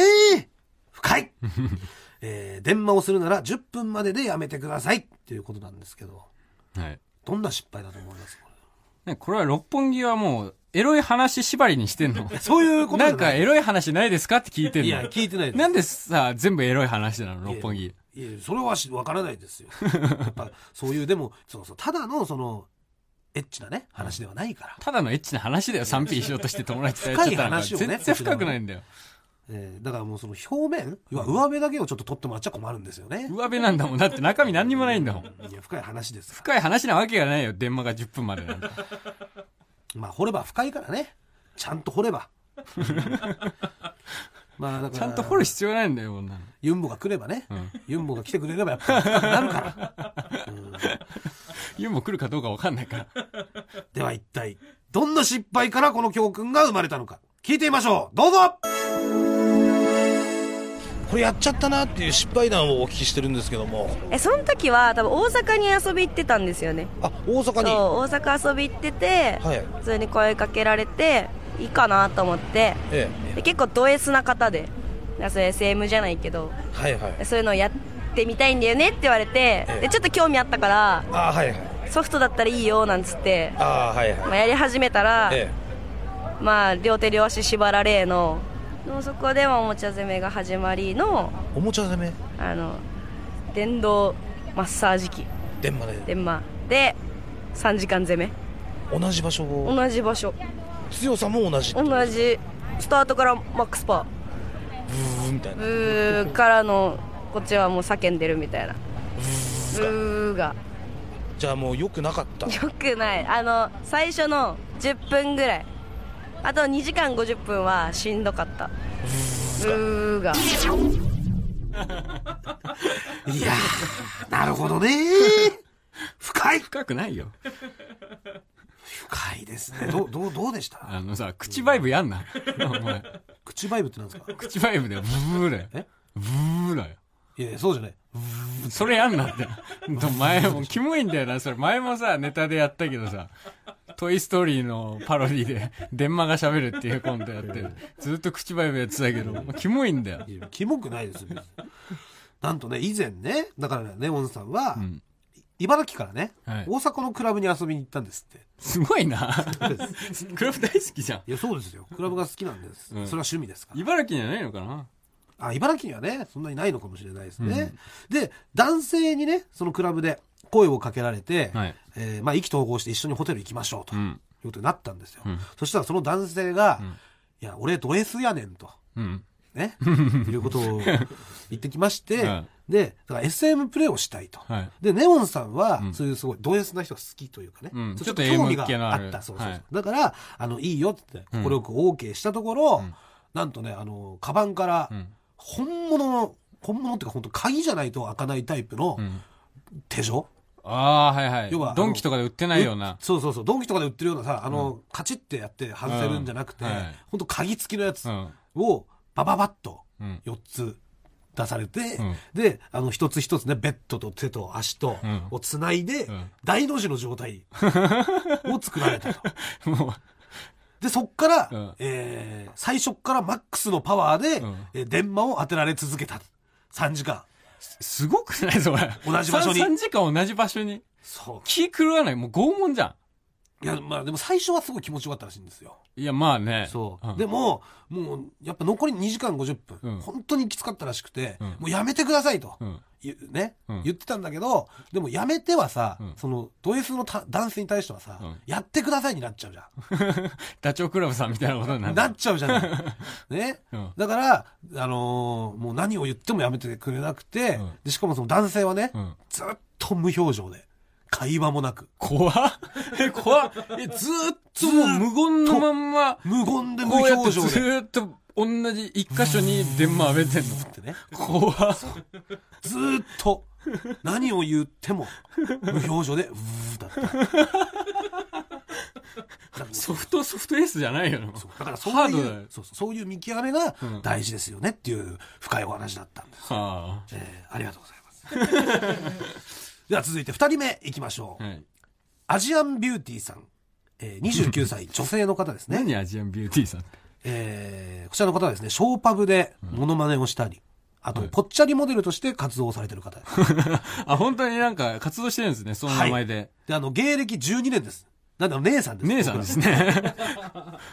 Speaker 2: 深い、 えー電話をするなら10分まででやめてくださいっていうことなんですけど、
Speaker 1: はい。
Speaker 2: どんな失敗だと思いますか
Speaker 1: ね、これは六本木はもう、エロい話縛りにしてんの。
Speaker 2: そういうことじゃ
Speaker 1: なんかエロい話ないですかって聞いてん
Speaker 2: い
Speaker 1: の。
Speaker 2: や、聞いてないです。
Speaker 1: なんでさ、全部エロい話なの、六本木。
Speaker 2: いや、それはしわからないですよ。やっぱ、そういう、でも、そうそう、ただの、その、エッチなね、話ではないから。
Speaker 1: ただのエッチな話だよ、賛否しようとして友達とやっ
Speaker 2: 深
Speaker 1: ちゃ
Speaker 2: い
Speaker 1: ったのが。
Speaker 2: 話をね
Speaker 1: 全然深くないんだよ。
Speaker 2: えーだからもうその表面、要は上辺だけをちょっと取ってもらっちゃ困るんですよね。
Speaker 1: 上辺なんだもん。だって中身何にもないんだもん。
Speaker 2: いや、深い話ですか
Speaker 1: 深い話なわけがないよ、電話が10分までなんて。
Speaker 2: ら。まあ、掘れば深いからね。ちゃんと 掘れば。まあ、だから、
Speaker 1: ちゃんと掘る必要ないんだよ、こんなの。
Speaker 2: ユンボが来ればね、
Speaker 1: ん
Speaker 2: ユンボが来てくれればやっぱ深くなるから。
Speaker 1: ユーモ来るかどうかわかんないから。
Speaker 2: では一体、どんな失敗からこの教訓が生まれたのか。聞いてみましょう。どうぞ
Speaker 4: これやっちゃったなっていう失敗談をお聞きしてるんですけども
Speaker 3: えその時は多分大阪に遊び行ってたんですよね
Speaker 4: あ大阪
Speaker 3: そう
Speaker 4: に
Speaker 3: 大阪遊び行ってて、
Speaker 4: はい
Speaker 3: 普通に声かけられていいかなと思って
Speaker 4: ええ
Speaker 3: で結構ド S な方でなんかそういう SM じゃないけど
Speaker 4: はいはい
Speaker 3: そういうのをやってみたいんだよねって言われて
Speaker 4: ええ
Speaker 3: でちょっと興味あったから
Speaker 4: あはいはい
Speaker 3: ソフトだったらいいよなんつって、
Speaker 4: あはいはい
Speaker 3: まあ、やり始めたら、
Speaker 4: え
Speaker 3: まあ両手両足縛られののそこではおもちゃ攻めが始まりの
Speaker 4: えおもちゃ攻め
Speaker 3: あの電動マッサージ機
Speaker 4: 電話で
Speaker 3: 電マで3時間攻め
Speaker 4: 同じ場所を
Speaker 3: 同じ場所
Speaker 4: 強さも同じ
Speaker 3: 同じスタートからマックスパ
Speaker 4: ブーみたい
Speaker 3: ー
Speaker 4: な
Speaker 3: ブーからのこっちはもう叫んでるみたいなブーが
Speaker 4: じゃあもう良くなかった
Speaker 3: よくないあの最初の10分ぐらいあと2時間50分はしんどかったブーが
Speaker 2: いやー、なるほどね深い
Speaker 1: 深くないよ。
Speaker 2: 深いですね。どう、どう、どうでした
Speaker 1: あのさ、口バイブやんな。お前、
Speaker 2: 口バイブってなんですか
Speaker 1: 口バイブだよ。ブーだよ。
Speaker 2: え
Speaker 1: ブーだよ。
Speaker 2: いやいや、そうじゃない。
Speaker 1: それやんなって。前も、キモいんだよな。それ前もさ、ネタでやったけどさ、トイストーリーのパロディで、電話が喋るっていうコントやって、ずっと口ばいぶやってたけど、もうキモいんだよ。
Speaker 2: いやキモくないですよ別になんとね、以前ね、だからね、ネオンさんは、
Speaker 1: ん
Speaker 2: 茨城からね、
Speaker 1: はい
Speaker 2: 大阪のクラブに遊びに行ったんですって。
Speaker 1: すごいな。
Speaker 2: です
Speaker 1: クラブ大好きじゃん。
Speaker 2: いや、そうですよ。クラブが好きなんです。
Speaker 1: うん
Speaker 2: それは趣味ですから。
Speaker 1: 茨城じゃないのかな
Speaker 2: あ、茨城にはね、そんなにないのかもしれないですね。で、男性にね、そのクラブで声をかけられて、
Speaker 1: はい
Speaker 2: えーまあ、意気投合して一緒にホテル行きましょうと。
Speaker 1: うん。
Speaker 2: いうことになったんですよ。
Speaker 1: ん
Speaker 2: そしたらその男性が、いや、俺ド S やねんと、
Speaker 1: うん。
Speaker 2: ね、いうことを言ってきまして、
Speaker 1: うん
Speaker 2: で、だから SM プレイをしたいと。
Speaker 1: はい
Speaker 2: で、ネオンさんは、そういうすごいド S な人が好きというかね、
Speaker 1: うん
Speaker 2: そう
Speaker 1: ちょっと
Speaker 2: 興味が
Speaker 1: M 系の
Speaker 2: あ
Speaker 1: あ
Speaker 2: っ
Speaker 1: る
Speaker 2: た。そうそうそう
Speaker 1: はい
Speaker 2: だから、あの、いいよって言って、快く OK したところ、なんとね、あの、カバンから、本物の、本物っていうか本当鍵じゃないと開かないタイプの
Speaker 1: ん
Speaker 2: 手錠、
Speaker 1: ああ、はいはい。
Speaker 2: 要はあの
Speaker 1: ドンキとかで売ってないような。
Speaker 2: そうそうそうドンキとかで売ってるようなさあの、カチッてやって外せるんじゃなくて、
Speaker 1: うんはい
Speaker 2: ほんと鍵付きのやつ
Speaker 1: うん。
Speaker 2: をバババッと
Speaker 1: うん
Speaker 2: 4つ出されて、
Speaker 1: うん
Speaker 2: であの一つ一つねベッドと手と足と
Speaker 1: ん
Speaker 2: をつないで、
Speaker 1: ん
Speaker 2: 大の字の 状態を作られたと。
Speaker 1: もう、
Speaker 2: でそっから、
Speaker 1: うん
Speaker 2: えー最初っからマックスのパワーで、
Speaker 1: うん
Speaker 2: えー電話を当てられ続けた3時間
Speaker 1: すごくないそれ。
Speaker 2: 同じ場所に
Speaker 1: 3, 時間同じ場所に。
Speaker 2: そ
Speaker 1: 気狂わない。もう拷問じゃ
Speaker 2: ういやまあでも最初はすごい気持ちよかったらしいんですよ
Speaker 1: ん。いや、まあね。
Speaker 2: そう、
Speaker 1: ん
Speaker 2: でももうやっぱ残り2時間50分、
Speaker 1: うん
Speaker 2: 本当にきつかったらしくて、
Speaker 1: うん
Speaker 2: もうやめてくださいと、
Speaker 1: うん。
Speaker 2: ゆね
Speaker 1: うん
Speaker 2: 言ってたんだけどでもやめてはさ、
Speaker 1: うん
Speaker 2: そのド S のた男性に対してはさ、
Speaker 1: うん
Speaker 2: やってくださいになっちゃうじゃ
Speaker 1: ダチョウ倶楽部さんみたいなことになんる。
Speaker 2: なっちゃうじ ゃない、ね
Speaker 1: うん
Speaker 2: だから、あのーもう何を言ってもやめてくれなくて、
Speaker 1: うん
Speaker 2: でしかもその男性はね、
Speaker 1: うん。
Speaker 2: ずっと無表情で会話も なく
Speaker 1: 怖っえ、怖っえ、ずーっともう無言のまんま、
Speaker 2: 無言で無
Speaker 1: こうやって
Speaker 2: 表
Speaker 1: ず
Speaker 2: 情でっ
Speaker 1: ーっと同じ一箇所に電話浴びてんの。
Speaker 2: てね
Speaker 1: 怖っ
Speaker 2: ずーっと何を言っても無表情でうーだった
Speaker 1: ソフト、ソフトエースじゃないよな。
Speaker 2: そうだからそ
Speaker 1: ハ
Speaker 2: う
Speaker 1: ー
Speaker 2: い
Speaker 1: ドだよ
Speaker 2: うそうそうそういう見極めが
Speaker 1: ん
Speaker 2: 大事ですよねっていう深いお話だったんです、
Speaker 1: は
Speaker 2: えーありがとうございます では続いて2人目いきましょ
Speaker 1: あ。
Speaker 2: う、
Speaker 1: はい。
Speaker 2: アジアンビューティーさん、えー、29 歳女性の方ですね、
Speaker 1: 何アジアンビューティーさんって。
Speaker 2: えーこちらの方はですねショーパブでモノマネをしたり、あと、ぽっちゃりモデルとして活動されてる方です
Speaker 1: あ、本当になんか活動してるんですね、その名前で。
Speaker 2: で、あの、芸歴12年です。なんだろう、姉さんです。
Speaker 1: 姉さんです
Speaker 2: ね。
Speaker 1: ね。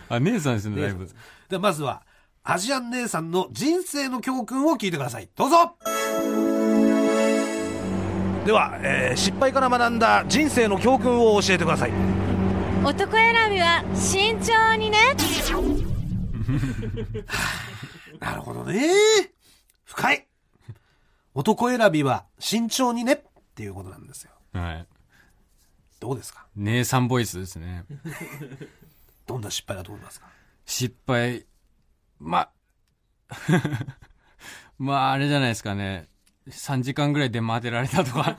Speaker 1: あ、姉さんですね、だいぶ。
Speaker 2: で、まずは、アジアン姉さんの人生の教訓を聞いてください。どうぞ
Speaker 4: では、えー失敗から学んだ人生の教訓を教えてください
Speaker 5: 男選びは慎重にね
Speaker 2: なるほどね。深い。男選びは慎重にねっていうことなんですよ。
Speaker 1: はい。
Speaker 2: どうですか
Speaker 1: 姉さんボイスですね。
Speaker 2: どんな失敗だと思いますか
Speaker 1: 失敗。ま、 まあ、あれじゃないですかね。3時間ぐらいで待てられたとか。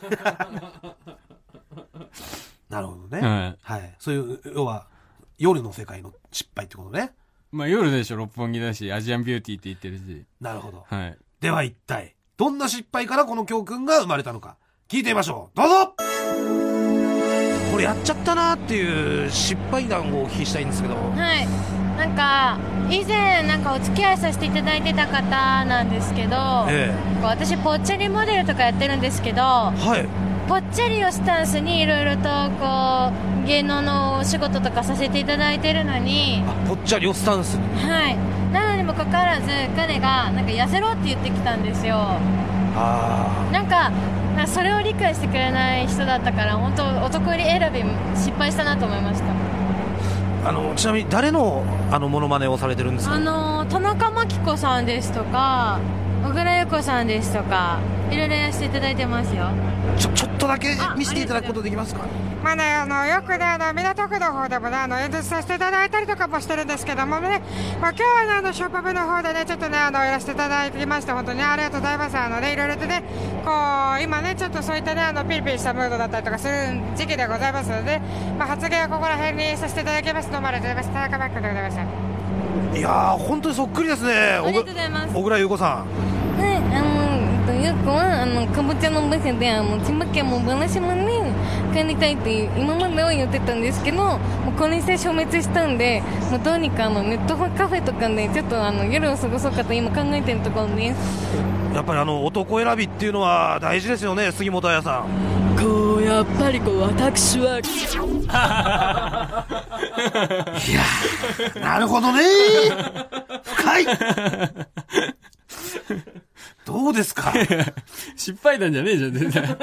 Speaker 2: なるほどね。
Speaker 1: はい
Speaker 2: はい。そういう、要は、夜の世界の失敗ってことね。
Speaker 1: まあ夜でしょ、六本木だし、アジアンビューティーって言ってるし。
Speaker 2: なるほど。
Speaker 1: はい。
Speaker 2: では一体、どんな失敗からこの教訓が生まれたのか、聞いてみましょう。どうぞ
Speaker 4: これやっちゃったなっていう失敗談をお聞きしたいんですけど
Speaker 5: はいなんか以前なんかお付き合いさせていただいてた方なんですけど、
Speaker 4: え
Speaker 5: こう私ぽっちゃりモデルとかやってるんですけど
Speaker 4: はい
Speaker 5: ぽっちゃりをスタンスにいろいろとこう芸能のお仕事とかさせていただいてるのに
Speaker 4: あぽっちゃりをスタンスに
Speaker 5: はいなのにもかかわらず彼がなんか痩せろって言ってきたんですよ
Speaker 4: あ
Speaker 5: なんかあそれを理解してくれない人だったから本当男売り選び失敗したなと思いました
Speaker 4: ああのちなみに誰のあのモノマネをされてるんですか
Speaker 5: あの田中真紀子さんですとか小倉優子さんですとかいろいろやらせていただいてますよ
Speaker 4: ちょちょっとだけ
Speaker 5: あ
Speaker 4: 見せていただくことできますか
Speaker 6: まあね、あのよくねあの港区の方でもねあの演説させていただいたりとかもしてるんですけどもね、まあ、今日はねあのショーパブの方でねちょっとねあのやらせていただいてまして本当にねありがとうございますあのねいろいろとねこう今ねちょっとそういったねあのピリピリしたムードだったりとかする時期でございますので、まあ、発言はここら辺にさせていただきますどうもありがとうございます田中マックでございました。
Speaker 4: いやー本当にそっくりですね
Speaker 5: ありがとうございます
Speaker 4: 小倉優子さん
Speaker 5: はいあの優子はあのかぼちゃの場所であの千葉県も話島に帰りたいっていう今までは言ってたんですけどもうこれにして消滅したんでもうどうにかあのネットカフェとかでちょっとあの夜を過ごそうかと今考えてるところです
Speaker 4: やっぱりあの男選びっていうのは大事ですよね杉本彩さん
Speaker 7: こうやっぱりこう私は。
Speaker 2: なるほどね深いどうですかい
Speaker 1: 失敗談じゃねえじ ゃん、全然。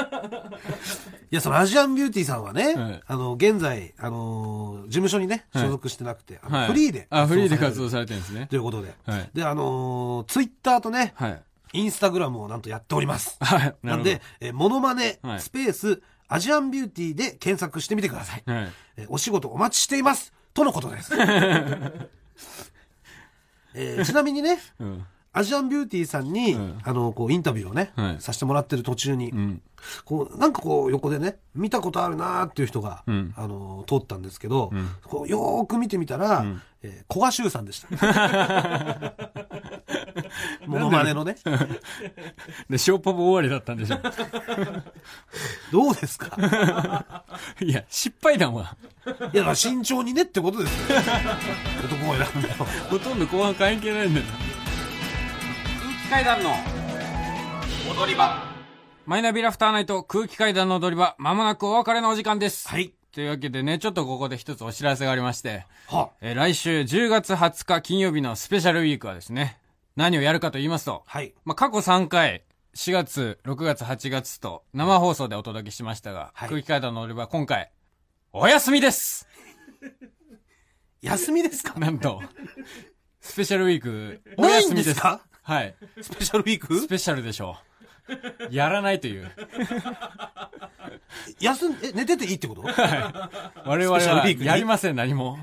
Speaker 2: や、そのアジアンビューティーさんはね、
Speaker 1: はい
Speaker 2: あの、現在、あのー事務所にね、
Speaker 1: はい
Speaker 2: 所属してなくて、あの
Speaker 1: はい。
Speaker 2: フリーで。
Speaker 1: あ、フリーで活動されてるんですね
Speaker 2: と。いうことで。
Speaker 1: はい
Speaker 2: で、あのツイッター Twitter とね、
Speaker 1: はい。
Speaker 2: インスタグラムをなんとやっております。
Speaker 1: はい。
Speaker 2: な
Speaker 1: る
Speaker 2: ん
Speaker 1: ほど
Speaker 2: で、、えーモノマネ
Speaker 1: は、い
Speaker 2: スペース、アジアンビューティーで検索してみてください。
Speaker 1: はい。
Speaker 2: えーお仕事お待ちしています。とのこ とです。えーちなみにね、
Speaker 1: うん。
Speaker 2: アジアンビューティーさんに、
Speaker 1: ん
Speaker 2: あの、こう、インタビューをね、
Speaker 1: はい
Speaker 2: させてもらってる途中に、
Speaker 1: うん。
Speaker 2: こう、なんかこう、横でね、見たことあるなーっていう人が、
Speaker 1: うん
Speaker 2: あの、通ったんですけど、
Speaker 1: ん
Speaker 2: こうよーく見てみたら、えー古賀修さんでした。 モノマネのね。
Speaker 1: で、ショーパブ終わりだったんでしょ。
Speaker 2: どうですか
Speaker 1: いや、失敗談は、
Speaker 2: いや、だから慎重にねってことですよ。 男を選んだよ。
Speaker 1: ほとんど後半関係ないんだよ。
Speaker 8: 空気階段の踊り場
Speaker 1: マイナビラフターナイト空気階段の踊り場、まもなくお別れのお時間です。
Speaker 2: はい。
Speaker 1: というわけでね、ちょっとここで一つお知らせがありまして、
Speaker 2: は
Speaker 1: えー来週10月20日金曜日のスペシャルウィークはですね、何をやるかと言いますと、
Speaker 2: はい。
Speaker 1: まあ、過去3回、4月、6月、8月と生放送でお届けしましたが、
Speaker 2: はい
Speaker 1: 空気階段の踊り場は今回、お休み です
Speaker 2: 休みですか
Speaker 1: なんと、スペシャルウィーク、お
Speaker 2: ない
Speaker 1: 休
Speaker 2: ん
Speaker 1: み
Speaker 2: で
Speaker 1: ですす。
Speaker 2: か
Speaker 1: はい。
Speaker 2: スペシャルウィー
Speaker 1: ス
Speaker 2: ク
Speaker 1: ペシャルでしょう。やらないという。
Speaker 2: 休ん、え、寝てていいってこと
Speaker 1: 我々
Speaker 2: スペシャルウ
Speaker 1: は
Speaker 2: ィークに
Speaker 1: やりません、何も。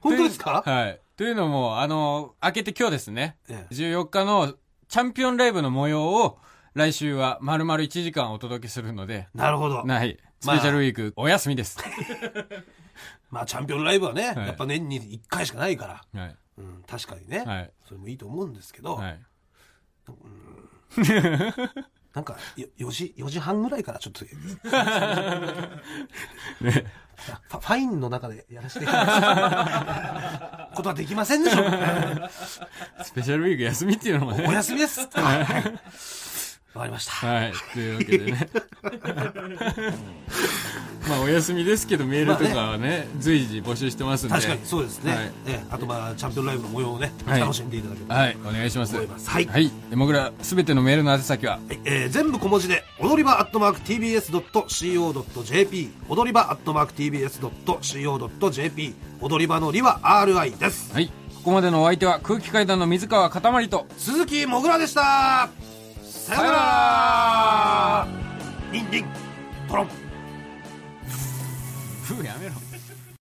Speaker 2: 本当ですか
Speaker 1: はい。というのも、あの、明けて今日ですね、
Speaker 2: ええ
Speaker 1: 14日のチャンピオンライブの模様を、来週は丸々1時間お届けするので、
Speaker 2: なるほど。
Speaker 1: ない。ス
Speaker 2: まあ
Speaker 1: ペシャルウィーク、お休み です。
Speaker 2: まあ、チャンピオンライブはね、
Speaker 1: い
Speaker 2: やっぱ年に1回しかないから、
Speaker 1: はい。
Speaker 2: うん、確かにね、
Speaker 1: はい
Speaker 2: それもいいと思うんですけど、
Speaker 1: はい。
Speaker 2: なんか、よ4時、4時半ぐらいからちょっと、フ
Speaker 1: ね
Speaker 2: ァファインの中でやらせていただきますことはできませんでしょうか
Speaker 1: スペシャルウィーク休みっていうのもね
Speaker 2: お休みです。わかりました。
Speaker 1: はい。というわけでね。まあ、お休みですけど、メールとかはね、随時募集してますんで。
Speaker 2: 確かにそうですね。
Speaker 1: はい
Speaker 2: ええあとまあ、チャンピオンライブの模様をね、
Speaker 1: はい
Speaker 2: 楽しんでいただければ。
Speaker 1: はい、お願いします。
Speaker 2: 思いますはい
Speaker 1: はい。でもぐら、すべてのメールの宛先は、
Speaker 2: はいえー全部小文字で踊り場アットマーク TBS.CO.JP 踊り場アットマーク TBS.CO.JP 踊り場のりは RI です、
Speaker 1: はい。ここまでのお相手は、空気階段の水川かたまりと、
Speaker 2: 鈴木もぐらでしたさよならリンリントロン
Speaker 1: ふうやめろ。